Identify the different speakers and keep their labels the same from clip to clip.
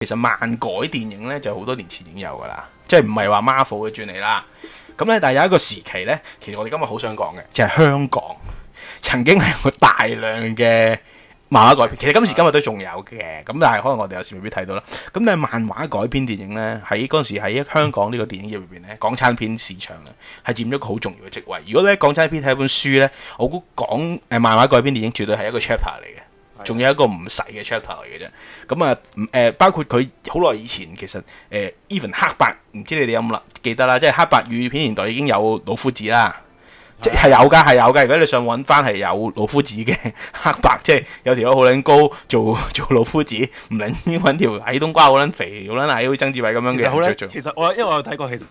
Speaker 1: 其實漫改電影咧就好多年前已經有噶啦，即係唔係話 Marvel 嘅轉嚟啦。咁咧，但係有一個時期咧，其實我哋今日好想講嘅就係、香港曾經係有大量嘅漫畫改編，其實今時今日都仲有嘅。咁但係可能我哋有時未必睇到啦。咁但係漫畫改編電影咧，喺嗰陣時喺香港呢個電影業入邊咧，港產片市場咧係佔咗一個好重要嘅職位。如果咧港產片睇一本書咧，我估講誒漫畫改編電影絕對係一個 chapter 嚟嘅。仲有一個唔細嘅 chapter 嚟嘅啫。咁啊，唔誒包括佢好耐以前其實誒 even 黑白，唔知你哋有冇啦記得啦，即係黑白語片年代已經有老夫子啦。即係有㗎，係有㗎。如果你想揾翻係有老夫子嘅 黑白，即係有條友好撚高做 做老夫子，唔撚揾條矮冬瓜好撚肥，好撚矮，好似曾志偉咁樣
Speaker 2: 其
Speaker 1: 嘅
Speaker 2: 實好
Speaker 1: 人
Speaker 2: 撚，
Speaker 1: 着住。
Speaker 2: 其實我因為我有睇過，其實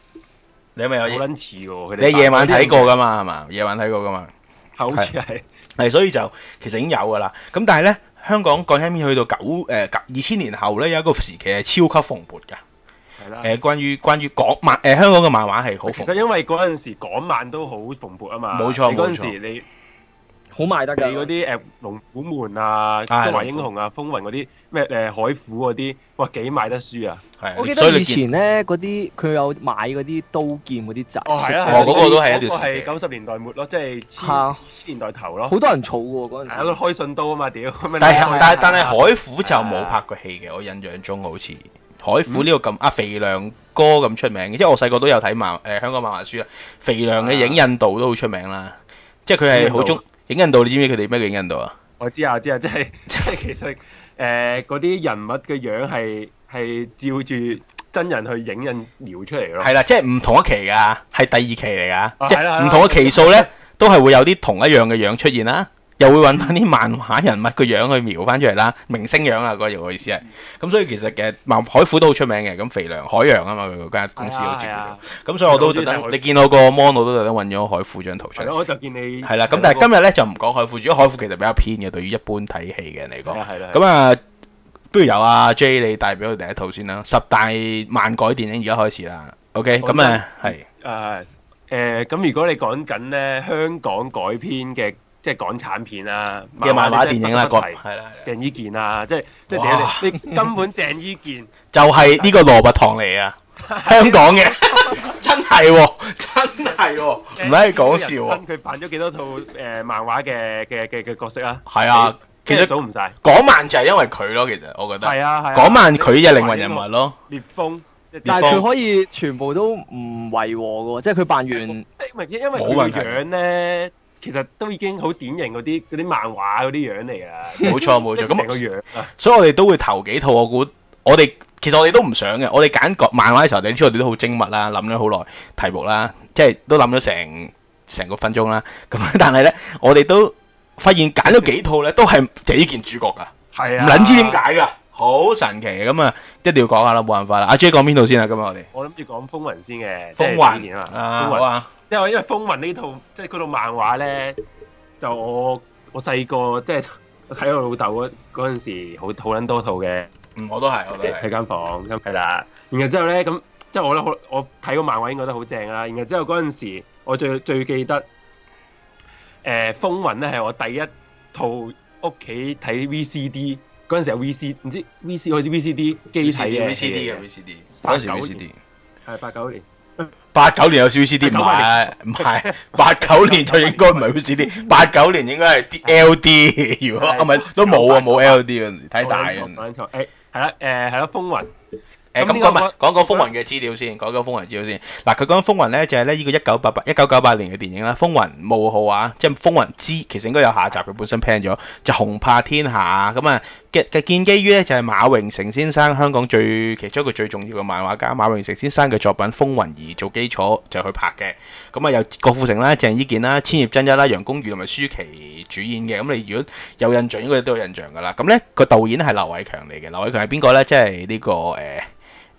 Speaker 1: 你咪
Speaker 2: 好
Speaker 1: 有？
Speaker 2: 撚似嘅喎。佢哋
Speaker 1: 你夜晚睇過
Speaker 2: 係
Speaker 1: 㗎嘛？係嘛？夜晚睇過㗎嘛？
Speaker 2: 好似係
Speaker 1: 係，所以就其實已經有噶啦。咁但係咧，香港港產片去到九誒二千年後咧，有一個時期係超級蓬勃㗎。
Speaker 2: 係啦
Speaker 1: 誒、。關於關於港漫誒、呃香港嘅漫畫係好
Speaker 2: 其
Speaker 1: 蓬
Speaker 2: 實
Speaker 1: 勃，
Speaker 2: 因為嗰陣時港漫都好蓬勃啊嘛，
Speaker 1: 冇錯
Speaker 2: 你嗰
Speaker 1: 冇
Speaker 2: 陣
Speaker 1: 錯
Speaker 2: 時你
Speaker 3: 好賣得㗎。
Speaker 2: 你嗰啲誒龍虎門啊、中
Speaker 1: 係
Speaker 2: 華英雄啊、風雲嗰啲咩誒海虎嗰啲，哇幾賣得書啊！
Speaker 3: 我記
Speaker 1: 係，所以
Speaker 3: 得
Speaker 1: 你
Speaker 3: 以
Speaker 1: 見
Speaker 3: 前咧嗰啲佢有買嗰啲刀劍嗰啲集，
Speaker 2: 哦係啊，
Speaker 1: 哦嗰個都係一
Speaker 2: 嗰
Speaker 1: 條
Speaker 2: 個
Speaker 1: 時期
Speaker 2: 係九十年代末咯，即係千
Speaker 3: 嚇
Speaker 2: 千年代頭咯。
Speaker 3: 好多人儲喎嗰陣
Speaker 2: 係啊，
Speaker 3: 時。
Speaker 2: 開信刀啊嘛，屌咁樣。
Speaker 1: 但
Speaker 3: 係
Speaker 1: 係但係
Speaker 3: 啊係啊
Speaker 1: 但係
Speaker 3: 係啊
Speaker 1: 海虎就冇拍過戲嘅，我印象中好似海虎呢個咁啊肥亮哥咁出名嘅，因為我細個都有睇漫誒、香港漫畫書啦，肥亮嘅影印度都好出名啦，即係佢係好中啊影印度，你知唔知佢哋咩叫影印度啊？
Speaker 2: 我知啊，我知啊，即係 即係其實誒嗰啲人物嘅樣係係照住真人去影印描出嚟咯。
Speaker 1: 係啦，即係唔同一期㗎，係第二期嚟㗎，
Speaker 2: 啊
Speaker 1: 即
Speaker 2: 係啦係
Speaker 1: 係
Speaker 2: 啦
Speaker 1: 唔同嘅期數咧，都係會有啲同一樣嘅樣出現啦，又會揾翻啲漫畫人物個樣去描翻出嚟啦，明星樣啊，嗰個我意思係。咁所以其實嘅漫海虎都好出名嘅，咁肥良海洋啊嘛，佢嗰間公司好似
Speaker 2: 係啊，
Speaker 1: 叫做。咁所以我都
Speaker 2: 我中
Speaker 1: 特
Speaker 2: 意睇海
Speaker 1: 登，
Speaker 2: 虎
Speaker 1: 你見我個 mono 都特登揾咗海虎張圖出
Speaker 2: 係
Speaker 1: 嚟。
Speaker 2: 咯，我就見你
Speaker 1: 係啦，咁但係今日咧就唔講海虎，主要海虎其實比較偏嘅，對於一般睇戲嘅人嚟講
Speaker 2: 係。啦係啦，
Speaker 1: 咁啊，不如由阿 J 你帶俾我哋第一套先啦，十大漫改電影而家開始啦。OK，
Speaker 2: 好
Speaker 1: 咁啊係。
Speaker 2: 誒誒咁如果你講緊咧香港改編嘅即係港產片啦，
Speaker 1: 嘅漫畫
Speaker 2: 即
Speaker 1: 電
Speaker 2: 係
Speaker 1: 影啦，
Speaker 2: 不
Speaker 1: 個
Speaker 2: 得不提
Speaker 1: 係啦，
Speaker 2: 鄭伊健啊，即係即
Speaker 1: 哇
Speaker 2: 係你你根本鄭伊健
Speaker 1: 就係呢個蘿蔔糖嚟 啊！香港嘅真係喎，真係喎， 唔係講笑喎，，
Speaker 2: 佢扮咗幾多套誒漫畫嘅嘅嘅嘅角色啊？
Speaker 1: 係啊，其
Speaker 2: 真係
Speaker 1: 實
Speaker 2: 數唔晒，
Speaker 1: 港漫就係因為佢咯，其實我覺
Speaker 2: 係
Speaker 1: 得
Speaker 2: 啊係啊。
Speaker 1: 港漫佢嘅靈魂人物咯，
Speaker 2: 烈風，即
Speaker 1: 烈
Speaker 3: 但
Speaker 2: 係
Speaker 3: 係
Speaker 1: 方
Speaker 3: 佢可以全部都唔違和嘅喎，即係佢扮完
Speaker 2: 因為因為
Speaker 1: 嗯冇問
Speaker 2: 佢
Speaker 1: 題
Speaker 2: 個樣咧，其實都已經好典型嗰啲嗰啲漫畫嗰啲樣嚟㗎，
Speaker 1: 冇錯冇錯。
Speaker 2: 即係成個
Speaker 1: 咁
Speaker 2: 樣啊，
Speaker 1: 所以我哋都會頭幾套，我估我哋其實我哋都唔想嘅，我哋揀國漫畫嘅時候，你知我哋都好精密啦，諗咗好耐題目啦，即係都諗咗成成個分鐘啦。咁 但係咧，我哋都發現揀咗幾套咧，都係就呢件主角㗎。
Speaker 2: 係
Speaker 1: 唔
Speaker 2: 啊，
Speaker 1: 撚知點解噶，好神奇嘅咁啊！一定要講下啦，冇辦法啦。阿 J 講邊度先啊？今日我哋
Speaker 2: 我諗住講風雲先嘅，即
Speaker 1: 風
Speaker 2: 係以
Speaker 1: 雲
Speaker 2: 前
Speaker 1: 啊，
Speaker 2: 嘛，
Speaker 1: 好
Speaker 2: 風雲，
Speaker 1: 啊，
Speaker 2: 因為因為風雲呢套即係嗰套漫畫咧，就我我細個即係睇我老豆嗰嗰陣時，好好撚多套嘅
Speaker 1: 嗯，我都係，我都
Speaker 2: 喺喺
Speaker 1: 係，
Speaker 2: 間房咁係啦。然後之後咧咁，即係我覺得好，我睇個漫畫已經覺得好正啊啦。然後之後嗰陣時，我最最記得誒、呃、風雲咧係我第一套屋企睇 VCD 嗰陣時係 VC 唔知 VC 好似 VCD 機睇嘅
Speaker 1: VCD 嘅
Speaker 2: 嘅
Speaker 1: VCD，
Speaker 2: 八
Speaker 1: 嗰
Speaker 2: 九
Speaker 1: 時 VCD，
Speaker 2: 係八九年。
Speaker 1: 八九年有少 VCD 唔係唔係，八九年就應該唔係 VCD，八九年應該係 D LD，如果啊唔係都冇啊，冇 LD 嗰陣時睇大嘅。
Speaker 2: 冇錯，誒哎係啦，誒係啦，風雲
Speaker 1: 誒咁
Speaker 2: 咁呢個
Speaker 1: 講埋
Speaker 2: 我
Speaker 1: 講講風雲嘅資料先，講講風雲資料先。嗱，佢講風雲咧就係咧呢個一九八八一九九八年嘅電影啦，《風雲冒號》啊，即係《風雲之》，其實應該有下集佢本身 plan 咗，就紅怕天下咁啊嘅嘅建基於咧就係馬榮成先生香港最其中一個最重要嘅漫畫家馬榮成先生嘅作品《風雲》而做基礎就去拍嘅。咁啊有郭富城啦、鄭伊健啦、千葉真一啦、楊恭如同埋舒淇主演嘅。咁你如果有印象，應該都有印象噶啦。咁咧個導演係劉偉強嚟嘅，劉偉強係邊個咧？即係呢個誒。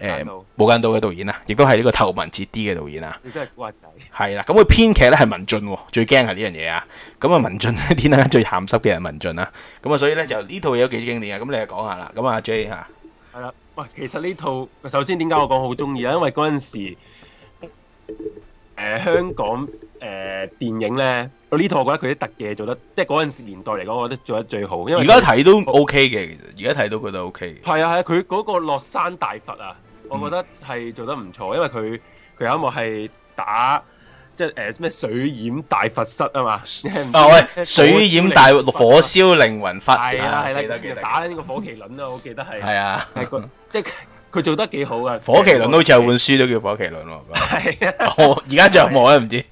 Speaker 1: 誒
Speaker 2: 難度
Speaker 1: 無間道嘅導演啊，亦都係呢個頭文字 D 嘅導演啊，
Speaker 2: 你真係古惑仔，
Speaker 1: 係啦。咁佢編劇咧係文進喎，最驚係呢樣嘢啊。咁啊文進咧，天底下最鹹濕嘅人文進啊。咁啊，所以咧就呢套嘢都幾經典啊。咁你就講下啦。咁啊 J 嚇，
Speaker 2: 係啦。喂，其實呢套呃首先點解我講好中意啊？因為嗰陣時誒、香港诶、電影咧，我呢套我覺得佢啲特技做得，即係嗰陣時年代嚟講，我覺得做得最好。因為
Speaker 1: 而家睇都 OK 嘅，其實而家睇都覺得 OK 嘅。
Speaker 2: 係啊係啊，佢嗰個落山大佛啊，我覺得係做得唔錯，因為佢佢有一幕係打即係诶咩水淹大佛室啊嘛，
Speaker 1: 啊喂，水淹大火燒靈魂忽，
Speaker 2: 係啦
Speaker 1: 啊
Speaker 2: 係
Speaker 1: 記
Speaker 2: 啦
Speaker 1: 得記，得，
Speaker 2: 打呢個火麒麟啊，我記得係
Speaker 1: 係啊，
Speaker 2: 係佢即係佢做得幾好啊！
Speaker 1: 火麒麟好似有本書都叫火 麒麟喎。
Speaker 2: 係啊，
Speaker 1: 我而家仲有冇啊？唔知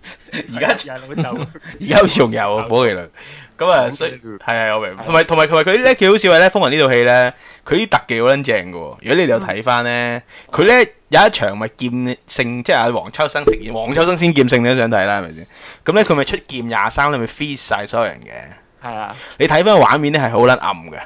Speaker 1: 而家
Speaker 2: 家有 老豆
Speaker 1: 而家好似仲有啊火麒麟。咁啊，
Speaker 2: 講
Speaker 1: 所以
Speaker 2: 真
Speaker 1: 係係我明白。同埋同埋同埋佢咧，幾好笑嘅咧，《風雲》呢套戲咧，佢啲特技好撚正嘅喎。如果你哋有睇翻咧，佢咧有一場咪劍聖，即係阿黃秋生飾演，黃秋生先劍聖，你都想睇啦，係咪先？咁咧佢咪出劍廿三，你咪 freeze 晒所有人嘅。
Speaker 2: 係啊，
Speaker 1: 你睇翻個畫面咧係好撚暗嘅，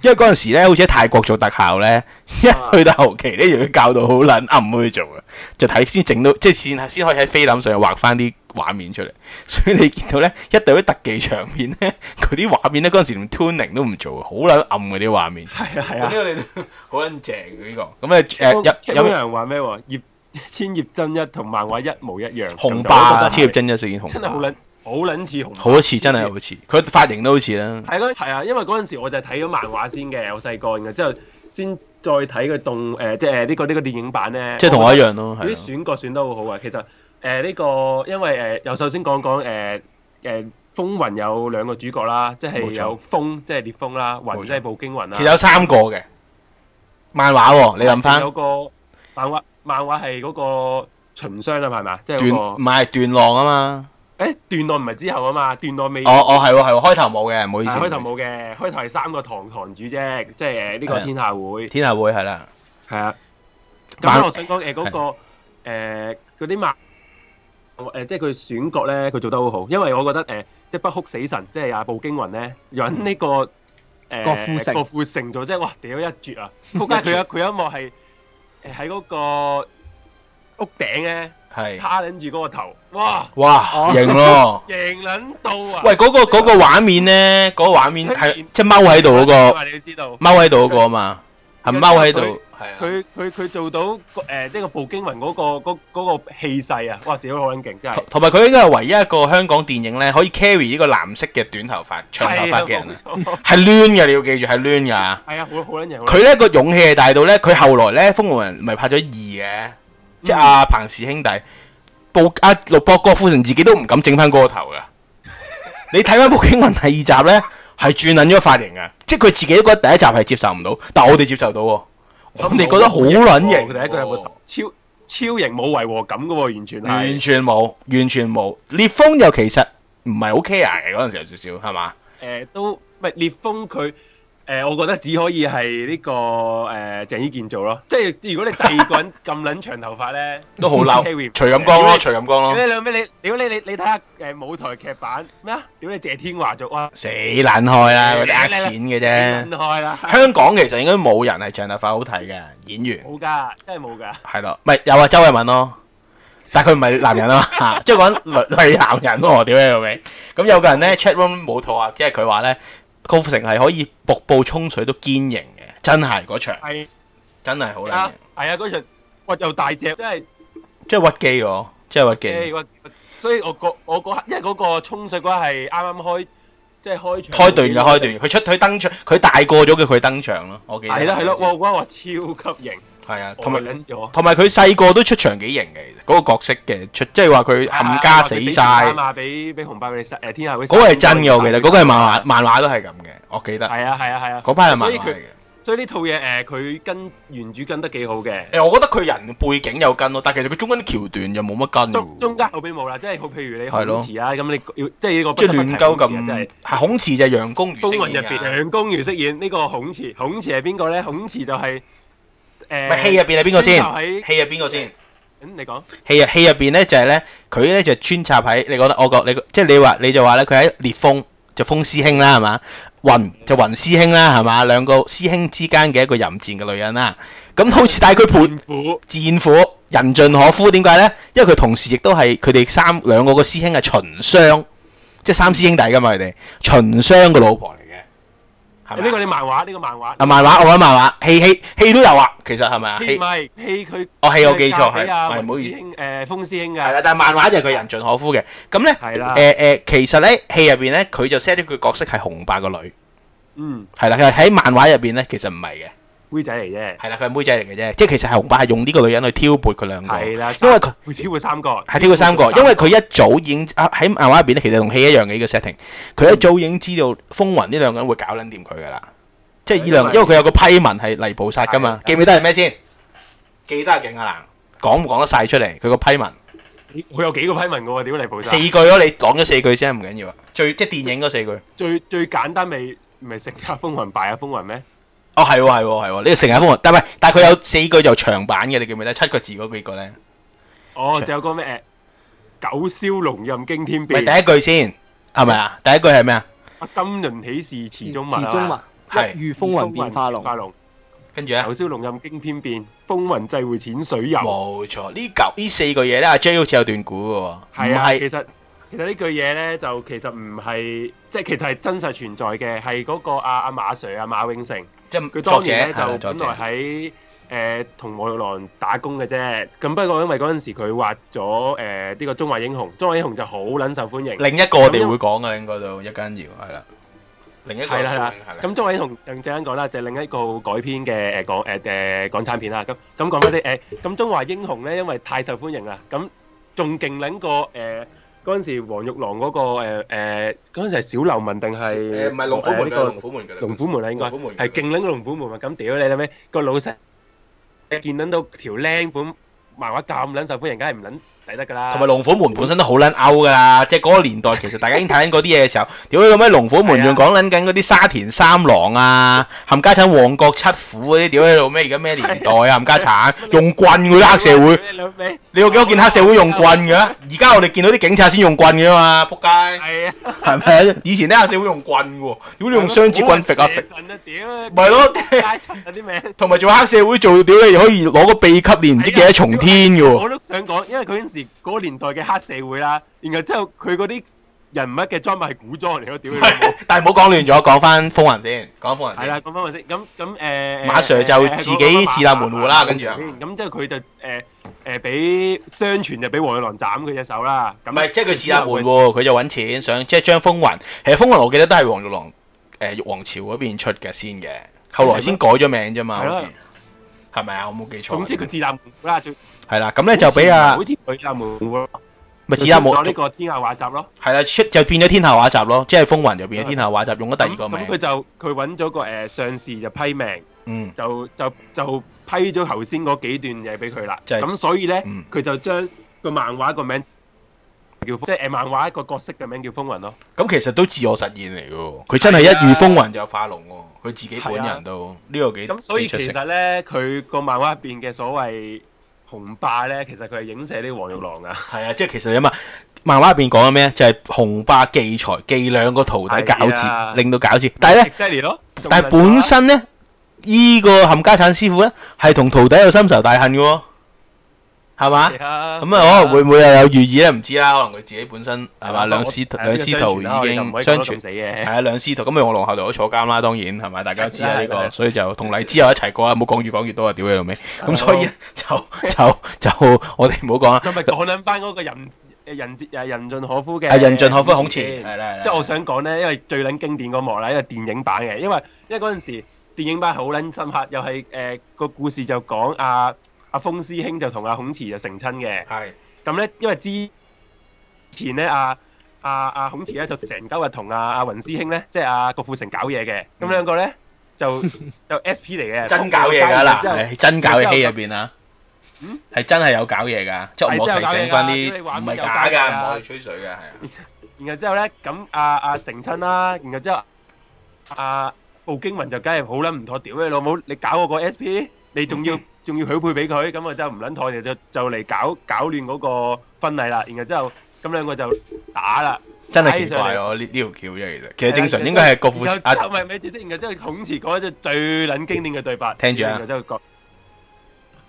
Speaker 1: 因為嗰陣時咧好似喺泰國做特效 咧，一去到後期咧就要教到好撚暗去做嘅，就睇先整到即係先先可以喺菲林上畫翻啲畫面出嚟，所以你見到咧一對啲特技場面咧，佢啲畫面咧 嗰陣時連 tuning 都唔做，好撚暗嗰啲畫面。
Speaker 2: 係啊，哦係
Speaker 1: 咁呢
Speaker 2: 啊。
Speaker 1: 個你都 好撚正嘅呢個，咁誒誒有
Speaker 2: 有
Speaker 1: 有
Speaker 2: 人話咩喎？葉千葉真一同漫畫一模一樣，
Speaker 1: 紅霸
Speaker 2: 我
Speaker 1: 啊，
Speaker 2: 覺得係
Speaker 1: 千葉真一飾演紅
Speaker 2: 真係好
Speaker 1: 霸，
Speaker 2: 撚好撚似紅霸。
Speaker 1: 好似真係好似，佢髮型都好似啦。
Speaker 2: 係嗰係啊，因為嗰陣時我就係睇咗漫畫先嘅，我細個嘅之後先再睇佢動誒，即係呢個呢個電影版咧，
Speaker 1: 即係同我一樣咯，
Speaker 2: 我
Speaker 1: 係啊
Speaker 2: 覺得
Speaker 1: 咯
Speaker 2: 佢啲選角選得好好啊。其實誒呢個因為誒又首先講講誒誒風雲有兩個主角啦，即係
Speaker 1: 冇錯
Speaker 2: 有風即係烈風啦，
Speaker 1: 冇
Speaker 2: 雲
Speaker 1: 錯
Speaker 2: 即係步驚雲啦。
Speaker 1: 其實有三個嘅漫畫喎，你諗翻
Speaker 2: 有個漫畫漫畫係嗰個秦霜啊嘛，係嘛？即係
Speaker 1: 段
Speaker 2: 嗰
Speaker 1: 唔係段浪啊嘛，
Speaker 2: 個誒段落唔係之後啊嘛，段落未。
Speaker 1: 哦哦係喎係喎，開頭冇嘅，唔好意思，
Speaker 2: 啊開頭冇嘅，開頭係三個堂堂主啫，即係誒
Speaker 1: 係
Speaker 2: 呢個
Speaker 1: 啊
Speaker 2: 天下會。
Speaker 1: 天下會係啦，
Speaker 2: 系啊，咁
Speaker 1: 漫
Speaker 2: 咧我想講诶嗰個诶嗰啲漫诶，即係佢選角咧，佢做得好好，因為我覺得诶、呃即係不哭死神，即係阿步驚雲咧，揾呢、個个诶
Speaker 3: 郭富城
Speaker 2: 郭富城做，即係哇屌一絕 啊！仆街佢有佢有一幕係诶喺嗰個屋頂咧，
Speaker 1: 係
Speaker 2: 叉撚住嗰個頭，哇
Speaker 1: 哇
Speaker 3: 哦
Speaker 1: 型 咯，
Speaker 2: 贏撚到啊！
Speaker 1: 喂嗰個嗰個畫面咧，嗰個畫面係即係踎喺度嗰個
Speaker 2: 話你要知道。
Speaker 1: 踎喺度嗰個啊嘛，係踎喺度，係啊
Speaker 2: 佢佢佢做到誒呢個步驚雲嗰個嗰嗰個氣勢啊！哇，自己好撚勁，真係
Speaker 1: 同。同埋佢應該係唯一一個香港電影咧可以 carry 呢個藍色嘅短頭髮長頭髮嘅人啊，係攣嘅，你要記住係攣㗎。
Speaker 2: 係啊，好好撚型。
Speaker 1: 佢咧個勇氣係大到咧，佢後來咧《風雲人》咪拍咗二嘅，即係阿彭氏兄弟，布阿陸博郭富城自己都唔敢整翻嗰個頭噶。你睇翻《步驚雲》第二集咧，係轉撚咗髮型噶，即係佢自己都覺得第一集係接受唔到，但我哋接受到喎，我哋覺得好撚型
Speaker 2: 佢第一句有冇
Speaker 1: 喎。
Speaker 2: 超超型冇違和感嘅喎，完全
Speaker 1: 完
Speaker 2: 係。
Speaker 1: 全冇，完全冇。烈風又其實唔係 OK 啊，嗰陣時有少少係嘛？
Speaker 2: 誒都唔係烈風佢誒，我覺得只可以係呢個誒鄭伊健做咯。即係如果你第二 個人咁撚長頭髮咧，
Speaker 1: 都好嬲，
Speaker 2: Carry 唔
Speaker 1: 徐錦江
Speaker 2: 屌
Speaker 1: 咯，
Speaker 2: 你
Speaker 1: 徐錦江咯
Speaker 2: 屌你。兩尾你屌你你你睇下誒舞台劇版咩啊？屌你謝天華做哇！
Speaker 1: 死撚開啦，佢哋呃錢嘅啫
Speaker 2: 分。開啦，
Speaker 1: 香港其實應該冇人係長頭髮好睇嘅演員，
Speaker 2: 冇㗎，真係冇㗎。
Speaker 1: 係咯，咪有啊周慧敏咯，但係佢唔係男人啊 嘛，嚇即係講女女男人喎，屌你老味！咁有 個人咧 chat room 冇錯啊，即係佢話咧高富城係可以瀑布沖水都堅型嘅，真係嗰場
Speaker 2: 係
Speaker 1: 真係好靚嘅
Speaker 2: 啊，，係啊，嗰場哇又大隻，真係。
Speaker 1: 即係屈機喎，即係屈
Speaker 2: 誒
Speaker 1: 機，
Speaker 2: 我所以我嗰我嗰刻，因為嗰個沖水嗰刻係啱啱開，即係開場
Speaker 1: 開段嘅開段，佢出佢登場，佢大個咗嘅佢登場咯，我記得
Speaker 2: 係啦係啦，哇！我哇超級型，
Speaker 1: 係啊，
Speaker 2: 我
Speaker 1: 同埋
Speaker 2: 咪。撚咗
Speaker 1: 同埋佢細個都出場幾型嘅，其實嗰、個角色嘅出，即係話佢冚家死晒。
Speaker 2: 啊！俾俾紅包俾你誒天下嗰
Speaker 1: 嗰個係真嘅，我記得，嗰個係漫畫，漫畫都係咁嘅，我記得。
Speaker 2: 係啊係啊係啊，
Speaker 1: 嗰班係漫
Speaker 2: 所以
Speaker 1: 畫嚟
Speaker 2: 佢
Speaker 1: 嘅。
Speaker 2: 所以呢套嘢誒佢跟原著跟得幾好嘅，
Speaker 1: 誒，我覺得佢人背景有跟咯，但其實佢中間啲橋段就冇乜跟嘅
Speaker 2: 中
Speaker 1: 喎
Speaker 2: 中間後邊冇啦，即係好譬如你
Speaker 1: 係咯
Speaker 2: 孔池啊，咁你要即係呢個不
Speaker 1: 即係
Speaker 2: 得不提
Speaker 1: 亂鳩
Speaker 2: 孔池啊
Speaker 1: 咁
Speaker 2: 真係。
Speaker 1: 係孔慈就係陽公如
Speaker 2: 風雲
Speaker 1: 飾
Speaker 2: 入
Speaker 1: 演
Speaker 2: 邊
Speaker 1: 嘅。
Speaker 2: 兩公如飾演呢個孔池，孔池係邊個咧？孔池就係
Speaker 1: 咪
Speaker 2: 誒
Speaker 1: 戲入邊係邊個先
Speaker 2: 就？喺
Speaker 1: 戲入邊個先？
Speaker 2: 嗯你講。
Speaker 1: 戲入戲入邊咧就係咧，佢咧就穿插喺你覺得我覺你即係你話你就話咧，佢喺烈風就風師兄啦係嘛，雲就雲師兄啦係嘛，兩個師兄之間嘅一個淫賤嘅女人啦。咁好似但係佢啊盤。
Speaker 2: 虎
Speaker 1: 戰斧人盡可夫，點解呢？因為佢同時亦都係佢哋三兩個個師兄係秦商，即係三師兄弟噶嘛，佢哋秦商個老婆嚟嘅，係
Speaker 2: 呢
Speaker 1: 咪
Speaker 2: 個
Speaker 1: 啊？
Speaker 2: 你漫畫，呢個漫畫。
Speaker 1: 啊漫畫，我玩漫畫，戲戲戲都有啊，其實係咪啊？
Speaker 2: 戲唔
Speaker 1: 戲
Speaker 2: 係戲佢，
Speaker 1: 我戲我哦記錯
Speaker 2: 係
Speaker 1: 係，係
Speaker 2: 啊，
Speaker 1: 唔好意
Speaker 2: 文
Speaker 1: 思，
Speaker 2: 師兄誒風師兄
Speaker 1: 係
Speaker 2: 㗎，
Speaker 1: 啦，但係漫畫就係佢人盡可夫嘅。咁咧，
Speaker 2: 係啊啦，
Speaker 1: 誒誒，其實咧戲入邊咧，佢就 set 咗佢角色係紅白個女，
Speaker 2: 嗯，
Speaker 1: 係啦，佢喺漫畫入邊咧，其實唔係嘅，
Speaker 2: 妹仔嚟啫，
Speaker 1: 係啦，佢係妹仔嚟嘅啫，即係其實係紅白係用呢個女人去挑撥佢兩個。
Speaker 2: 係啦，
Speaker 1: 因為佢
Speaker 2: 會挑過三個，
Speaker 1: 係挑佢三個，因為佢一早已經啊喺漫畫入邊咧，其實同戲一樣嘅呢個 setting，佢一早已經知道風雲呢兩個人會搞撚掂佢噶啦，即係呢兩，因為佢有個批文係泥菩薩噶嘛，記唔記得係咩先？記得係勁啊嗱，講唔講得晒出嚟？佢個批文
Speaker 2: 佢有幾個批文嘅喎，點嚟菩
Speaker 1: 四
Speaker 2: 薩？
Speaker 1: 句咯，你講咗四句先唔緊要啊，最即係電影嗰四句。
Speaker 2: 最最簡單咪咪食下風雲敗下風雲咩？
Speaker 1: 哦，係喎，係喎，係喎，呢個成日風雲，但係但係佢有四句就長版嘅，你記唔記得？七個字嗰幾個咧，
Speaker 2: 哦，
Speaker 1: Sure.
Speaker 2: 就有個咩誒九霄龍任驚天
Speaker 1: 咪
Speaker 2: 變，
Speaker 1: 第一句先係咪啊？第一句係咩啊？
Speaker 2: 啊金輪喜事池中物啊
Speaker 3: 池中
Speaker 2: 嘛，
Speaker 1: 係
Speaker 3: 物，一遇風雲變化
Speaker 2: 變化
Speaker 3: 龍。
Speaker 2: 龍，
Speaker 1: 跟住咧。
Speaker 2: 九霄龍任驚天變，風雲際會淺水遊。
Speaker 1: 冇錯，呢嚿呢四個嘢咧，阿 J 好似有段估嘅喎，
Speaker 2: 係
Speaker 1: 唔
Speaker 2: 啊，
Speaker 1: 係
Speaker 2: 其實其實呢句嘢咧，就其實唔係，即係其實係真實存在嘅，係嗰個阿阿馬 Sir 啊馬永成，
Speaker 1: 即係
Speaker 2: 佢
Speaker 1: 作
Speaker 2: 當
Speaker 1: 者
Speaker 2: 年咧
Speaker 1: 係啦
Speaker 2: 就
Speaker 1: 作
Speaker 2: 本
Speaker 1: 者
Speaker 2: 來喺誒同黃玉郎打工嘅啫，咁不過因為嗰陣時佢畫咗誒呢個《中華英雄》，《中華英雄》就好撚受歡迎，
Speaker 1: 另一個我哋會講嘅，應該都一間要係啦，另一個
Speaker 2: 係啦係啦
Speaker 1: 係啦，
Speaker 2: 咁《中華英雄》正正講啦，就係另一個改編嘅誒港誒誒港產片啦，咁咁講翻先誒，咁《中華英雄》咧因為太受歡迎啦，咁仲勁撚過誒。嗰陣時，黃玉郎嗰、個誒誒，嗰陣時係小流氓定係
Speaker 1: 誒唔係龍虎
Speaker 2: 誒
Speaker 1: 門嘅
Speaker 2: 呢個
Speaker 1: 龍虎門嘅啦
Speaker 2: 龍虎門啦，應該
Speaker 1: 龍虎門
Speaker 2: 係勁撚過龍虎門啊！咁屌你啦咩？個老細見撚到條靚本漫畫咁撚受歡迎，梗係唔撚抵得㗎啦。
Speaker 1: 同埋龍虎門本身都好撚 out 㗎啦，即係嗰個年代其實大家已經睇緊嗰啲嘢嘅時候，屌你咁咩龍虎門仲講撚緊嗰啲沙田三郎啊、冚家產旺角七虎嗰啲，屌你老咩而家咩年代啊冚家產用棍嗰啲黑社會，
Speaker 2: 你老味
Speaker 1: 你有幾多見黑社會用棍㗎？而家我哋見到啲警察先用棍㗎嘛，仆街！
Speaker 2: 係啊，
Speaker 1: 係咪啊？以前啲黑社會用棍嘅喎，如果你用雙截 棍揈下揈，
Speaker 2: 神啊屌！
Speaker 1: 咪咯
Speaker 2: 街襯嗰啲名。哎
Speaker 1: 同埋做黑社會做屌你可以攞個秘笈連唔
Speaker 2: 啊
Speaker 1: 知幾多重天嘅 喎。
Speaker 2: 我都想講，因為佢嗰陣時嗰個年代嘅黑社會啦，然後之後佢嗰啲人物嘅裝扮係古裝嚟咯，屌你老母！
Speaker 1: 但係唔好講亂咗，講翻風雲先，講風雲
Speaker 2: 係
Speaker 1: 先。
Speaker 2: 啦，咁翻我先。咁咁誒，
Speaker 1: 馬 Sir 就自己自立門戶啦
Speaker 2: 誒
Speaker 1: 跟住
Speaker 2: 咁即係佢就誒誒俾相傳就俾黃玉郎斬佢隻手啦。咁啊
Speaker 1: 唔係，即係佢自立門喎，佢就揾錢想即係將風雲。其實風雲我記得都係黃玉郎誒玉皇朝嗰邊出嘅先嘅，後來先改咗名啫嘛，
Speaker 2: 係咯
Speaker 1: 好似係咪啊？我冇記錯。
Speaker 2: 總之佢自立門戶啦，最
Speaker 1: 係啦，咁咧就俾啊
Speaker 2: 好，似佢自立門戶咯，
Speaker 1: 咪自立門
Speaker 2: 咗呢個天下畫集咯。
Speaker 1: 係啦，出就變咗天下畫集咯，即係風雲就變咗天下畫集，用咗第二個
Speaker 2: 咁佢
Speaker 1: 名。
Speaker 2: 就佢揾咗個誒上士就批命，
Speaker 1: 嗯，
Speaker 2: 就就就批咗頭先嗰幾段嘢俾佢啦。
Speaker 1: 就係
Speaker 2: 咁所以咧
Speaker 1: 嗯，
Speaker 2: 佢就將個漫畫個名叫風即係誒漫畫一個角色嘅名叫風雲咯。
Speaker 1: 咁其實都自我實現嚟嘅喎，佢真係一遇風雲就化龍喎，佢自己本人都呢個幾
Speaker 2: 啊咁所以
Speaker 1: 幾出
Speaker 2: 其
Speaker 1: 色。
Speaker 2: 實咧，佢個漫畫入邊嘅所謂紅霸咧，其實佢係影射呢個黃玉 郎啊，
Speaker 1: 係啊，即係其實你諗下，漫畫入邊講緊咩？就係紅霸忌才忌兩個徒弟搞
Speaker 2: 係啊
Speaker 1: 事，令到搞事。但係咧，
Speaker 2: ，exactly 咯。
Speaker 1: 但係本身咧，依個冚家產師傅咧係同徒弟有深仇大恨嘅喎，係嘛？
Speaker 2: 係啊，
Speaker 1: 咁啊，可能會唔會又有寓意咧？唔知啦，可能佢自己本身係嘛兩師徒
Speaker 2: 係啊
Speaker 1: 兩師徒
Speaker 2: 呢
Speaker 1: 已
Speaker 2: 個相傳啦我哋就唔可
Speaker 1: 經相
Speaker 2: 以講得
Speaker 1: 傳
Speaker 2: 咁。死嘅
Speaker 1: 係。啊，兩師徒咁咪我龍後頭都坐監啦，當然係咪？大家都知啊呢、
Speaker 2: 係
Speaker 1: 個，
Speaker 2: 係
Speaker 1: 所以就同黎之友一齊過啊，唔好講越講越多啊，屌你老味！咁所以呢就 就就我哋唔好講啊啦。
Speaker 2: 咁咪講緊翻嗰個人誒人誒人盡可夫嘅
Speaker 1: 啊，人盡可夫，孔慈係啦，
Speaker 2: 即係我想講咧，因為最撚經典嗰幕啦，因為電影版嘅，因為因為嗰陣時電影版好撚深刻，又係誒個故事就講阿阿風師兄就同阿孔慈就成親嘅。
Speaker 1: 係
Speaker 2: 咁咧，因為之前咧，阿阿阿啊孔慈咧就成周日同阿阿雲師兄咧，即係阿郭富城搞嘢嘅。咁
Speaker 1: 嗯
Speaker 2: 兩個咧就就 SP 嚟 嘅，
Speaker 1: 真搞嘢㗎啦，
Speaker 2: 之後
Speaker 1: 係真搞嘢戲入邊啊
Speaker 2: 嗯，
Speaker 1: 係真係有搞嘢㗎，即係我提醒翻
Speaker 2: 係
Speaker 1: 啲
Speaker 2: 真係有搞嘢
Speaker 1: 唔係假㗎，唔
Speaker 2: 㗎屌你玩咩有搞嘢啊
Speaker 1: 可以吹水㗎，係啊
Speaker 2: 然後之後咧，咁阿阿成親啦，然後之後阿步驚雲就梗係好撚唔妥，屌你老母！你搞我個 SP，你仲 要仲要許配俾佢，咁啊真係唔撚妥，就就嚟搞搞亂嗰個婚禮啦。然後之後咁兩個就打啦。
Speaker 1: 真係奇怪咯，呢呢條橋啫，其實其實正常應該係郭富
Speaker 2: 然後
Speaker 1: 城
Speaker 2: 之
Speaker 1: 啊，
Speaker 2: 後咪咪住先，然後之後孔慈講一隻最撚經典嘅對白，
Speaker 1: 聽住啊
Speaker 2: 然後之後講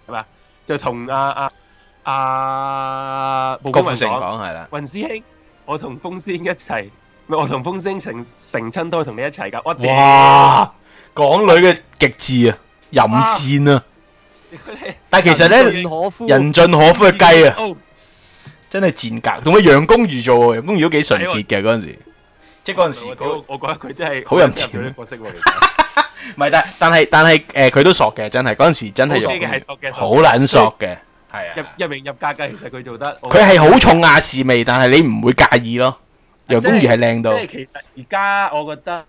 Speaker 2: 係嘛，就同阿阿阿
Speaker 1: 郭富
Speaker 2: 報
Speaker 1: 城
Speaker 2: 講，
Speaker 1: 講係啦，
Speaker 2: 雲師兄，我同風師兄一齊咪我同風聲成成親都係同你一齊㗎，我屌！
Speaker 1: 哇，港女嘅極致啊，淫賤啊！但係其實咧，
Speaker 3: 盡可夫
Speaker 1: 人盡可夫嘅雞啊，
Speaker 2: 哦
Speaker 1: 真係賤格。同佢楊公如做喎，楊公如都幾純潔嘅嗰陣時，即係嗰陣時
Speaker 2: 我
Speaker 1: 嗰
Speaker 2: 我我覺得佢真係
Speaker 1: 好有錢
Speaker 2: 佢啲角色喎，其實
Speaker 1: 唔係，但但係但係誒，佢都索嘅，真係嗰陣時真係
Speaker 2: OK 嘅係
Speaker 1: 用
Speaker 2: 索嘅
Speaker 1: 好撚索嘅，係
Speaker 2: 入
Speaker 1: 啊，
Speaker 2: 入名入格㗎，其實佢做得。我
Speaker 1: 佢係好重亞視味，但係你唔會介意咯。楊公如係靚到
Speaker 2: 即係其實而家我覺得。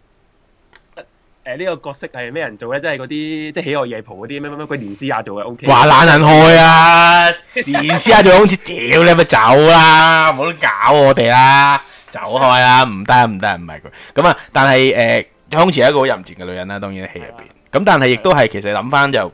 Speaker 2: 誒呢個角色係咩人做咧？即係嗰啲即係喜愛夜蒲嗰啲咩咩咩，佢連詩雅做嘅 O K。
Speaker 1: 話懶人害啊，連思下仲好似屌你咪走啦，唔好搞我哋啦，走開啦，唔得唔得唔係佢咁啊！但係誒，康慈係一個好淫賤嘅女人啦，當然喺戲入邊。咁但係亦都係其實諗翻就，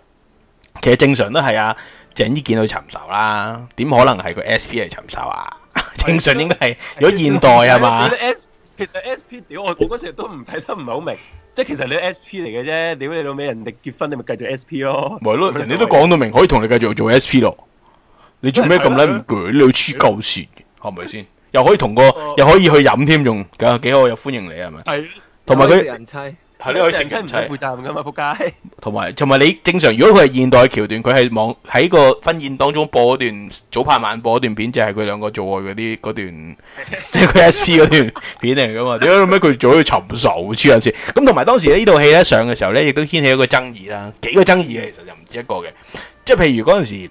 Speaker 1: 其實正常都係啊。鄭伊健去尋仇啦，點可能係個 S P 嚟尋仇 啊？正常應該係如果現代係 嘛？
Speaker 2: ？S 其實 S P 屌我，我嗰時都唔睇得唔係好明，即係其實你 S P 嚟嘅啫，屌你老味，人哋結婚你咪繼續 S P 咯。
Speaker 1: 咪咯，人哋都講到明可以同你繼續做 SP 咯，你做咩咁撚唔攰？你去黐鳩線，係咪先？又可以同個，又可以去飲添，仲咁幾好，又歡迎你啊係咪？
Speaker 2: 係，
Speaker 1: 同埋佢
Speaker 3: 人妻。
Speaker 1: 係你可以成
Speaker 2: 真係唔
Speaker 1: 人
Speaker 2: 使負
Speaker 1: 妻，
Speaker 2: 責任噶嘛，仆街。
Speaker 1: 同埋同埋你正常，如果佢係現代橋段，佢係網喺個婚宴當中播嗰段早拍晚播嗰段片，就係佢兩個做愛嗰啲嗰段， 即係佢 SP 嗰段片嚟噶嘛？點解咁樣佢做咗去尋仇黐撚線？咁同埋當時呢套戲咧上嘅時候咧，亦都掀起一個爭議啦，幾個爭議嘅其實就唔止一個嘅，即係譬如嗰陣時。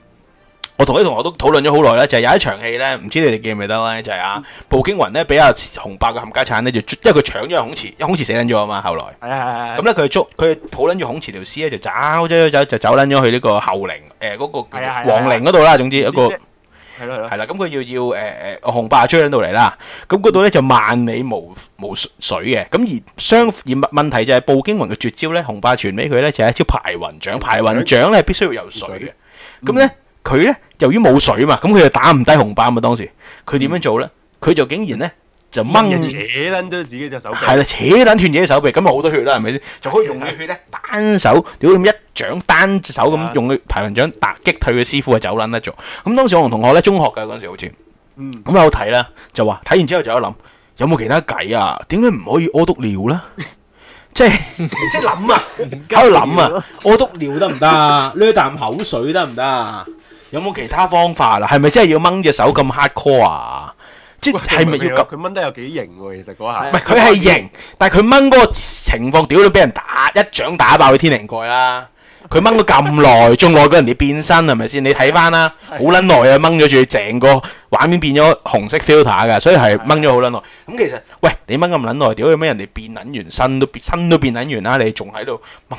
Speaker 1: 我同啲同學都討論咗好耐啦，就係、有一場戲咧，唔知你哋記唔記得咧，就係、啊步驚雲咧俾阿紅白嘅冚家產咧，就因為佢搶咗阿孔慈，因為孔慈死撚咗啊嘛，後來。
Speaker 2: 係係係。
Speaker 1: 咁咧佢捉佢抱撚住孔慈條屍咧就走走走就走撚咗去呢個後陵誒嗰個
Speaker 2: 係啊係啊
Speaker 1: 叫皇陵嗰度啦，總之一
Speaker 2: 一
Speaker 1: 個
Speaker 2: 係咯係咯。
Speaker 1: 係啦，咁佢要要誒誒紅白追撚到嚟啦，咁嗰度咧就萬里無無水嘅，咁而相而問題就係步驚雲嘅絕招咧，紅白傳俾佢咧就係一招排雲掌，排雲掌咧必須要有水嘅，咁咧佢咧由於冇水嘛，咁佢就打唔低紅白啊嘛當時，佢點樣做咧？佢就竟然咧就
Speaker 2: 扯
Speaker 1: 掹。
Speaker 2: 撚咗自己隻手臂。
Speaker 1: 係啦，扯撚斷自己手臂，咁咪啊好多血啦，係咪啊先？就可以用啲血咧，單手屌咁一掌，單手
Speaker 2: 啊
Speaker 1: 咁用佢排雲掌打擊退佢師傅嘅走撚得做。咁當時我同同學咧，中學嘅嗰陣時好似，
Speaker 2: 嗯。
Speaker 1: 咁有睇啦，就話睇完之後就有諗，有冇其他計啊？點解唔可以屙督尿咧？即係 即係諗啊，喺度諗啊，屙督尿得唔得啊？掠啖口水得唔得啊？有冇其他方法啊啦？係咪真係要掹隻手咁 hard core 啊？即係咪要咁？
Speaker 2: 佢掹得有幾型喎？其實嗰
Speaker 1: 唔
Speaker 2: 下
Speaker 1: 係啊佢係型，但係佢掹嗰個情況，屌都俾人打一掌打爆佢天靈蓋啦！佢掹咗咁耐，仲耐過人哋變身係咪先？你睇翻啦，好撚耐啊！掹咗住成個畫面變咗紅色 filter 噶，所以係掹咗好撚耐。咁其實喂，你掹咁撚耐，屌你咩？人哋變撚完身都變身都變撚完啦，你仲喺度掹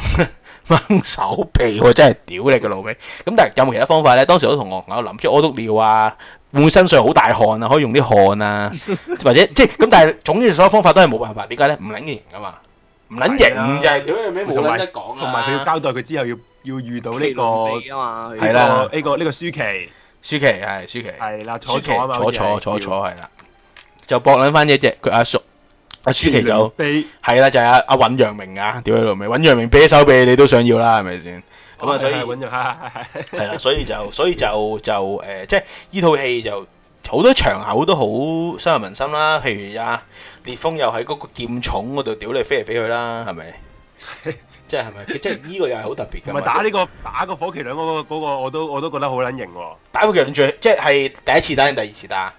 Speaker 1: 掹手 臂喎，真係屌你個老味！咁但係有冇其他方法咧？當時我都同我朋友諗，即係屙督尿啊，會唔會身上好大汗啊？可以用啲汗啊，或者即係咁，但係總之所有方法都係冇辦法。點解咧？唔撚型啊嘛，唔撚
Speaker 2: 係啊
Speaker 1: 型就係屌你咩冇
Speaker 2: 同埋
Speaker 1: 撚得講啊！
Speaker 2: 同埋佢要交代佢之後要要遇到呢個
Speaker 3: 呢啊嘛，
Speaker 1: 係啦
Speaker 2: 呢個呢個呢個舒淇
Speaker 1: 舒淇係舒淇，
Speaker 2: 係啦，
Speaker 1: 舒
Speaker 2: 坐
Speaker 1: 淇
Speaker 2: 坐啊嘛，
Speaker 1: 坐坐坐坐係啦，就搏撚翻一隻佢阿叔阿舒淇就。
Speaker 2: 被
Speaker 1: 係啦，就係阿阿尹陽明啊，屌你老味，尹陽明俾手俾你，你都想要啦，係咪先？咁啊，所以
Speaker 2: 揾咗哦係係係
Speaker 1: 係啦，所以就所以就就誒、呃即係呢套戲就好多場口都好深入民心啦。譬如啊，烈風又喺嗰個劍冢嗰度屌你飛嚟飛去啦，係 咪？即係係咪？即係呢個又係好特別㗎
Speaker 2: 同
Speaker 1: 嘛。
Speaker 2: 埋打呢個打個火麒麟嗰個嗰個我都我都覺得好撚型喎。
Speaker 1: 打火麒麟最即係第一次打定第二次打，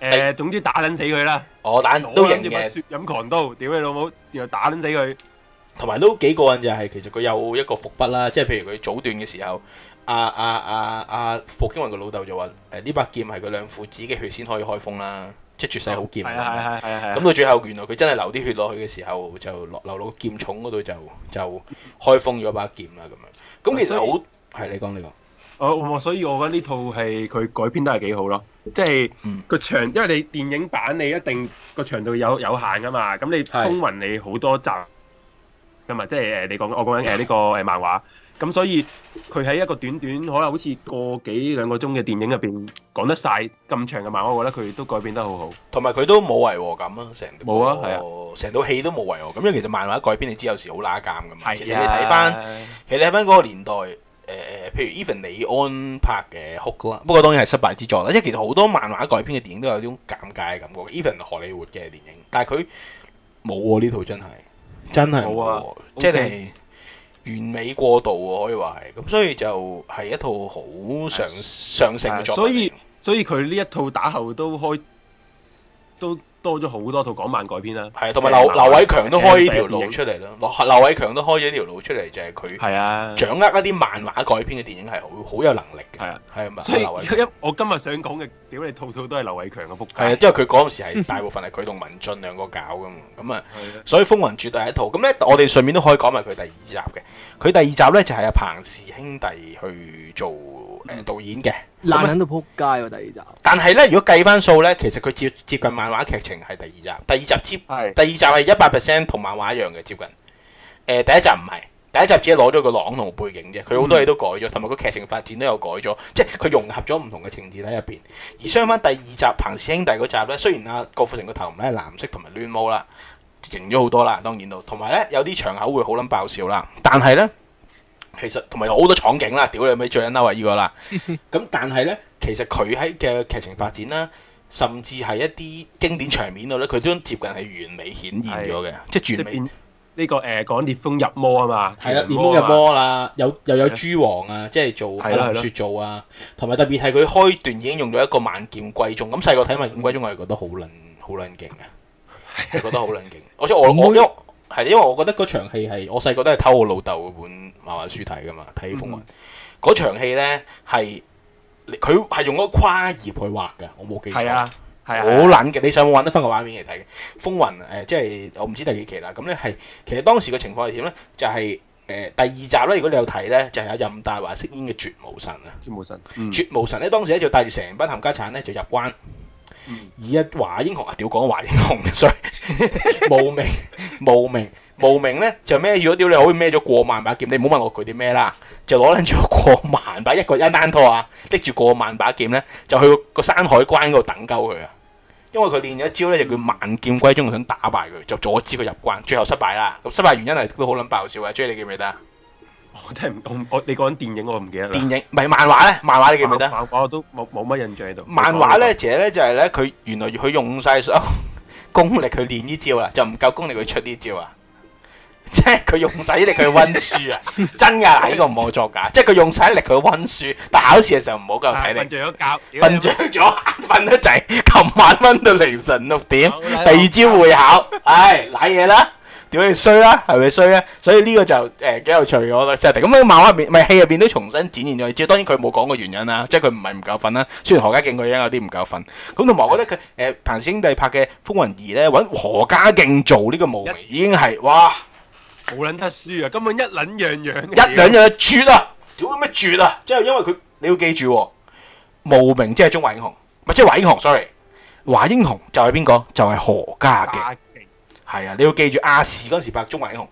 Speaker 2: 誒，總之打撚死佢啦！
Speaker 1: 我打都
Speaker 2: 我
Speaker 1: 贏
Speaker 2: 諗住把
Speaker 1: 嘅。
Speaker 2: 雪飲狂刀，屌你老母，然後打撚死佢。
Speaker 1: 同埋都幾過癮就係其實佢有一個伏筆啦，即係譬如佢早段嘅時候，啊阿阿阿阿啊霍經雲個老豆就話：誒呢把劍係佢兩父子嘅血先可以開封啦，即係絕世好劍。
Speaker 2: 係啊係啊係啊係啊！
Speaker 1: 咁到最後原來佢真係流啲血落去嘅時候，就落流到個劍冢嗰度就就開封咗把劍啦咁
Speaker 2: 啊
Speaker 1: 樣。咁其實好係你講你講，
Speaker 2: 我我哦所以我覺得呢套係佢改編得係幾好咯，即係
Speaker 1: 嗯
Speaker 2: 個長，因為你電影版你一定個長度有有限噶嘛，咁你
Speaker 1: 係
Speaker 2: 風雲你好多集噶嘛，即係誒你講我講緊誒呢個誒漫畫，咁所以佢喺一個短短可能好似個幾兩個鐘嘅電影入邊講得晒咁長嘅漫畫，我覺得佢都改編得好好。
Speaker 1: 同埋佢都冇違和感啊，成
Speaker 2: 冇啊係
Speaker 1: 啊，成套戲都冇違
Speaker 2: 啊
Speaker 1: 和感，因為其實漫畫改編你知有時好乸監噶嘛。其實你睇翻
Speaker 2: 翻
Speaker 1: 其實你睇翻嗰個年代，誒、誒譬如 even 李安拍嘅 Hook 啦，不過當然係失敗之作啦。因為其實好多漫畫改編嘅電影都有呢種尷尬嘅感覺，even 荷里活嘅電影，但係佢冇喎呢套真係真係冇
Speaker 2: 冇啊
Speaker 1: 喎，即係
Speaker 2: OK
Speaker 1: 完美過渡喎，可以話係咁，所以就係一套好上上乘嘅作品嚟。
Speaker 2: 所以所以佢呢一套打後都開都多咗好多套港漫改編啦。
Speaker 1: 係啊，同埋劉
Speaker 2: 誒
Speaker 1: 劉偉強都開呢條
Speaker 2: 誒
Speaker 1: 路
Speaker 2: 電影
Speaker 1: 出嚟啦。劉劉偉強都開咗呢條路出嚟，就係佢
Speaker 2: 係啊，
Speaker 1: 掌握一啲漫畫改編嘅電影係好好有能力嘅，
Speaker 2: 係啊，
Speaker 1: 係咪？
Speaker 2: 所以
Speaker 1: 劉偉強
Speaker 2: 一我今日想講嘅，屌你套套都係劉偉強嘅
Speaker 1: 係啊，
Speaker 2: 仆
Speaker 1: 因
Speaker 2: 街。
Speaker 1: 為佢嗰陣時係大部分係佢同文進兩個搞噶嘛，咁啊，
Speaker 2: 係啊
Speaker 1: 所以《風雲》絕對係一套。咁咧，我哋順便都可以講埋佢第二集嘅。佢第二集咧就係阿彭氏兄弟去做誒導演嘅。
Speaker 3: 爛撚到撲街喎！第二集
Speaker 1: 但係咧，如果計翻數咧，其實佢接接近漫畫劇情係第二集，第二集接
Speaker 2: 係
Speaker 1: 第二集係一百 percent 同漫畫一樣嘅接近。誒、呃第一集唔係，第一集只係攞咗個朗同背景啫，佢好多嘢都改咗，同埋個劇情發展都有改咗，即係佢融合咗唔同嘅情節喺入邊。而相反第二集彭氏兄弟嗰集咧，雖然阿郭富城個頭唔係藍色同埋亂毛啦，型咗好多啦，當然到，同埋咧有啲場口會好撚爆笑啦，但係咧。其實同埋有好多廠景啦，屌你咪最撚嬲啊係呢個 啦。咁但係咧，其實佢喺嘅劇情發展啦，甚至係一啲經典場面度咧，佢都接近係完美顯現咗嘅，即
Speaker 2: 即
Speaker 1: 係完
Speaker 2: 係
Speaker 1: 美
Speaker 2: 變呢個誒講烈風入魔啊嘛，
Speaker 1: 係啦，
Speaker 2: 權
Speaker 1: 連
Speaker 2: 魔
Speaker 1: 魔
Speaker 2: 啊
Speaker 1: 入
Speaker 2: 嘛
Speaker 1: 魔啦，有又有豬王啊，即係做阿
Speaker 2: 係啦
Speaker 1: 林雪做啊，同埋特別係佢開段已經用咗一個萬劍歸宗，咁細個睇萬劍歸宗，我係覺得好撚好撚勁嘅，係覺得好撚 勁。而且我我因為係因為我覺得嗰場戲係我細個都係偷我老豆嗰本漫畫書睇噶嘛，睇《風雲》
Speaker 2: 嗯
Speaker 1: 嗰場戲咧係佢係用嗰個跨頁去畫嘅，我冇記錯。
Speaker 2: 係啊係啊，
Speaker 1: 好撚嘅，你上網揾得翻個畫面嚟睇嘅。風雲誒、呃即係我唔知第幾期啦。咁咧係其實當時嘅情況係點咧？就係、誒、第二集咧，如果你有睇咧，就係、有任大華飾演嘅絕無神啊。
Speaker 2: 天無神，嗯
Speaker 1: 絕無神咧當時咧就帶住成班冚家產咧就入關
Speaker 2: 嗯，
Speaker 1: 以一華英雄啊，屌講華英雄 ，sorry，無名無名無名咧就孭咗屌你可以孭咗過萬把劍，你唔好問我佢啲咩啦，就攞撚咗過萬把一個一單拖啊，拎住過萬把劍咧就去個山海關嗰度等鳩佢啊，因為佢練咗一招咧就叫萬劍歸宗，想打敗佢，就阻止佢入關，最後失敗啦。咁失敗原因係都好撚爆笑嘅，J 你記唔記得啊？
Speaker 2: 我真係唔我我你講緊電影我唔記得啦。
Speaker 1: 電影唔係漫畫咧，漫畫你記唔記得？
Speaker 2: 漫畫我都冇冇乜印象喺度。
Speaker 1: 漫畫咧，其實咧就係咧，佢原來佢用晒所有 功力去練呢招啦，啊就唔夠功力去出呢招啊！ 即係佢用晒啲力去温書啊！ 真㗎，嗱呢個唔好作假，即係佢用晒啲力去温書，但考試嘅時候唔好咁睇
Speaker 2: 係，瞓
Speaker 1: 力，
Speaker 2: 著咗覺，屌你
Speaker 1: 啊瞓着咗，瞓得滯，琴晚温到凌晨六點。
Speaker 2: 好啦
Speaker 1: 第二朝會考，唉，賴嘢啦，屌你衰啦，係咪衰咧？所以呢個就誒幾、有趣嘅，我覺得 set 咁喺漫畫入面，咪戲入邊都重新展現咗。只當然佢冇講過原因啦，即係佢唔係唔夠瞓啦。雖然何家勁佢已經有啲唔夠瞓，咁同埋我覺得佢誒、彭氏兄弟拍嘅《風雲二》咧，揾何家勁做呢個無名已經係哇
Speaker 2: 冇撚得輸啊！根本一撚樣樣嘅
Speaker 1: 一兩樣絕啊！屌咩絕啊！即係因為佢你要記住喎，無名即係中華英雄，唔係即係華英雄，sorry，華英雄就係邊個？就係、何家勁。
Speaker 2: 打勁，
Speaker 1: 係啊，你要記住亞視嗰陣時拍《中華英雄》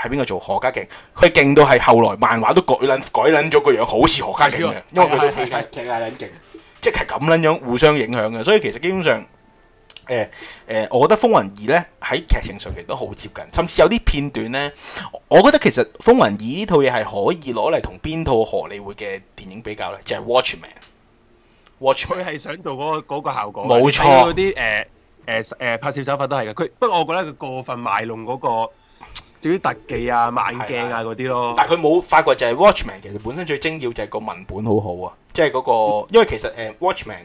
Speaker 1: 係邊個做何家勁？佢勁到係後來漫畫都改撚改撚咗個樣，好似何家勁嘅，因為佢哋
Speaker 2: 係係
Speaker 1: 戲劇劇啊係撚勁，即係咁撚樣互相影響嘅。所以其實基本上。誒誒、我覺得《風雲二》咧喺劇情上其實都好接近，甚至有啲片段咧，我覺得其實《風雲二》呢套嘢係可以攞嚟同邊套荷里活嘅電影比較咧，就係、Watchman。Watchman
Speaker 2: 佢係想做嗰個嗰個效果。
Speaker 1: 冇錯
Speaker 2: 你睇嗰啲誒誒誒拍攝手法都係嘅。佢不過我覺得佢過分賣弄嗰個至於特技啊、慢鏡啊嗰啲咯。
Speaker 1: 但係佢冇發覺就係 Watchman 其實本身最精要就係個文本好好啊， 即係嗰個，因為其實誒、呃 Watchman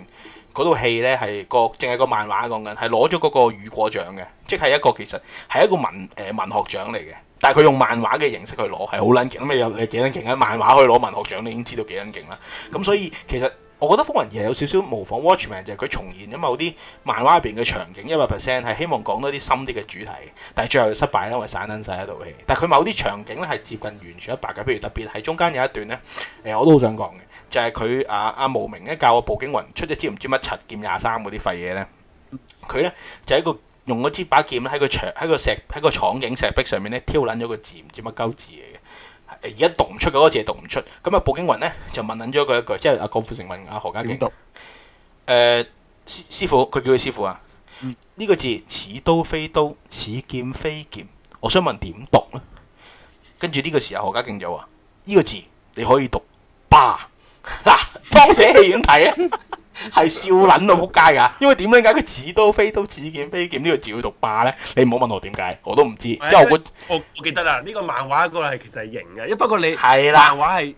Speaker 1: 嗰套戲咧係個淨係個漫畫講緊係攞咗嗰個雨果獎嘅，即係一個其實係一個文誒、呃文學獎嚟嘅。但係佢用漫畫嘅形式去攞係好撚勁，咁你又你幾撚勁啊？漫畫可以攞文學獎，你已經知道幾撚勁啦。咁所以其實我覺得《風雲二》係有少少模仿 Watchman，就係佢重現咗某啲漫畫入邊嘅場景一百 percent，係希望講多啲深啲嘅主題。但係最後失敗啦，因為散撚晒一套戲。但係佢某啲場景咧係接近完全一百嘅，譬如特別係中間有一段咧，誒、我都好想講嘅，就係佢啊阿無名咧教我步驚雲出一支唔知乜七劍廿三嗰啲廢嘢咧，佢咧就喺個用嗰支把劍咧喺個牆喺個石喺個廠景石壁上面咧挑撚咗個字唔知乜鳩字嚟嘅。而家呃讀唔出嘅嗰個字係讀唔出，咁啊步驚雲咧就問撚咗佢一句，即係阿郭富城問阿何家勁
Speaker 2: 點，讀？
Speaker 1: 誒師師傅，佢叫佢師傅啊。
Speaker 2: 嗯
Speaker 1: 呢個字似刀非刀，似劍非劍。我想問點讀呢？跟住呢個時候，何家勁就話：呢個字你可以讀巴嗱， 當時喺戲院睇咧，係笑撚到仆街㗎。因為點解佢似刀非刀，似劍非劍呢個字要讀巴咧？你唔好問我點解，我都唔知。即係我覺
Speaker 2: 我我記得啦，呢個漫畫嗰個係其實係型嘅，因為不過你
Speaker 1: 係啦
Speaker 2: 漫。畫係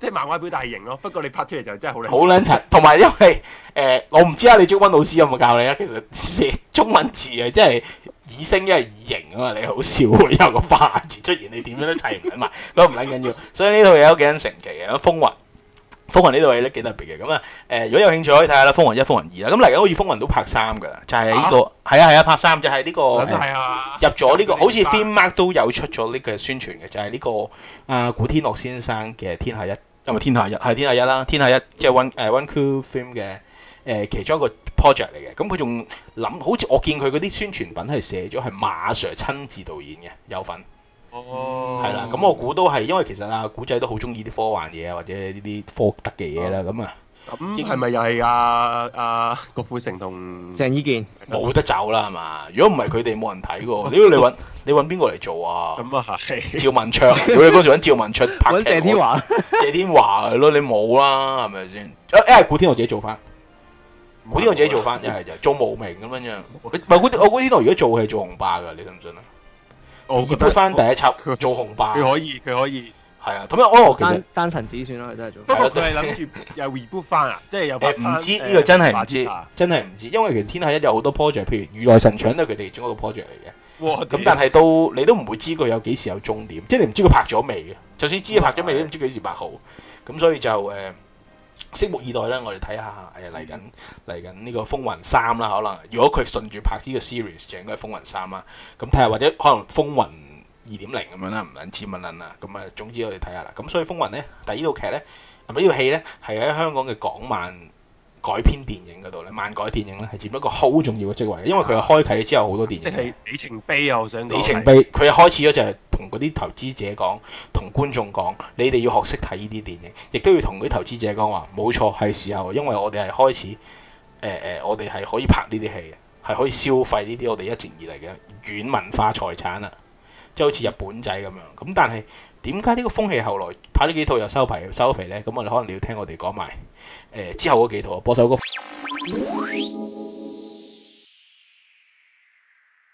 Speaker 2: 即係漫畫表達係型咯，不過你拍出嚟就真係好靚。
Speaker 1: 好撚柒，同埋因為誒、呃我唔知啊，你中文老師有冇教你啊？其實寫中文字啊，即係以聲，因為以形啊嘛，你好笑會有個花字出現，你點樣都砌唔緊埋，咁唔撚緊要。所以呢套嘢都幾撚神奇嘅，咁風雲。風雲呢套嘢咧幾特別嘅，咁啊誒，如果有興趣可以睇下啦，《風雲一》《風雲二》啦，咁嚟緊好似《風雲》都拍三㗎啦，就係、呢、個係啊係啊拍三就係呢、個
Speaker 2: 咁都
Speaker 1: 呃
Speaker 2: 係啊，
Speaker 1: 入咗呢、個，好似
Speaker 2: 你明白
Speaker 1: Filmark 都有出咗呢個宣傳嘅，就係、呢、個啊、古天樂先生嘅《天下一》，因為《啊天下一》係《天下一》啦，《天下一》即係 One 誒 One Cool Film 嘅誒、呃其中一個 project 嚟嘅。咁佢仲諗，好似我見佢嗰啲宣傳品係寫咗係馬 Sir 親自導演嘅，有份
Speaker 2: 哦，
Speaker 1: 係啦。咁我估都係因為其實啊，古仔都好中意啲科幻嘢啊，或者呢啲科特嘅嘢啦。咁啊，
Speaker 2: 咁係咪又係啊啊郭富城同
Speaker 3: 鄭伊健
Speaker 1: 冇得走啦，係嘛？如果唔係佢哋冇人睇 喎。屌你揾你揾邊個嚟做啊？
Speaker 2: 咁啊係
Speaker 1: 趙 文卓，屌你嗰時揾趙文卓拍
Speaker 3: 揾
Speaker 1: 劇
Speaker 3: 謝天華，
Speaker 1: 謝天華係咯，你冇啦，係咪先？一係古天樂自己做翻， 古天樂自己做翻，一係就做無名咁樣樣。唔係古天，我古天樂如果做係做紅霸㗎，你信唔信啊？
Speaker 2: 我覺得
Speaker 1: 撥翻第一輯做紅霸，
Speaker 2: 佢
Speaker 1: 係
Speaker 2: 可以佢可以，
Speaker 1: 啊。咁樣我我其實
Speaker 3: 單單神子算啦，佢真係做。
Speaker 2: 不過佢係諗住又 reboot 翻啊，即係又拍
Speaker 1: 誒唔
Speaker 2: 返
Speaker 1: 知
Speaker 2: 誒啊
Speaker 1: 呢個真係唔
Speaker 2: 馬
Speaker 1: 知
Speaker 2: 自，
Speaker 1: 真係唔知，因為其實天下一有好多 project，譬如如來神掌都係佢哋其中一個 project 嚟嘅。
Speaker 2: 哇
Speaker 1: 咁但係都你都唔會知佢有幾時有終點，即係你唔知佢拍咗未嘅。就算知佢拍咗未，
Speaker 2: 嗯
Speaker 1: 你都唔知幾時拍好。咁所以就誒、呃拭目以待啦。我哋睇下誒嚟緊嚟緊呢個《風雲三》啦，可能如果佢順住拍呢個 series 就應該係《風雲三》啦。咁睇下或者可能《風雲》二點零咁樣啦，唔撚知乜撚啦。咁啊，總之我哋睇下啦。咁所以《風雲》咧，第呢套劇咧，係咪呢套戲咧係喺香港嘅港漫改編電影嗰度咧，漫改電影咧係佔一個好重要嘅職位嘅，因為佢係開啟之後好多電影
Speaker 2: 即
Speaker 1: 嘅。
Speaker 2: 係里程碑啊！我想講
Speaker 1: 里程碑，佢開始咗就係同嗰啲投資者講，同觀眾講，你哋要學識睇呢啲電影，亦都要同嗰啲投資者講話，冇錯係時候，因為我哋係開始，誒、誒，我哋係可以拍呢啲戲嘅，係可以消費呢啲我哋一直以嚟嘅軟文化財產啊，即係好似日本仔咁樣。咁但係點解呢個風氣後來拍呢幾套又收皮收皮呢？咁我哋可能你要聽我哋講埋誒之後嗰幾套啊，播首歌。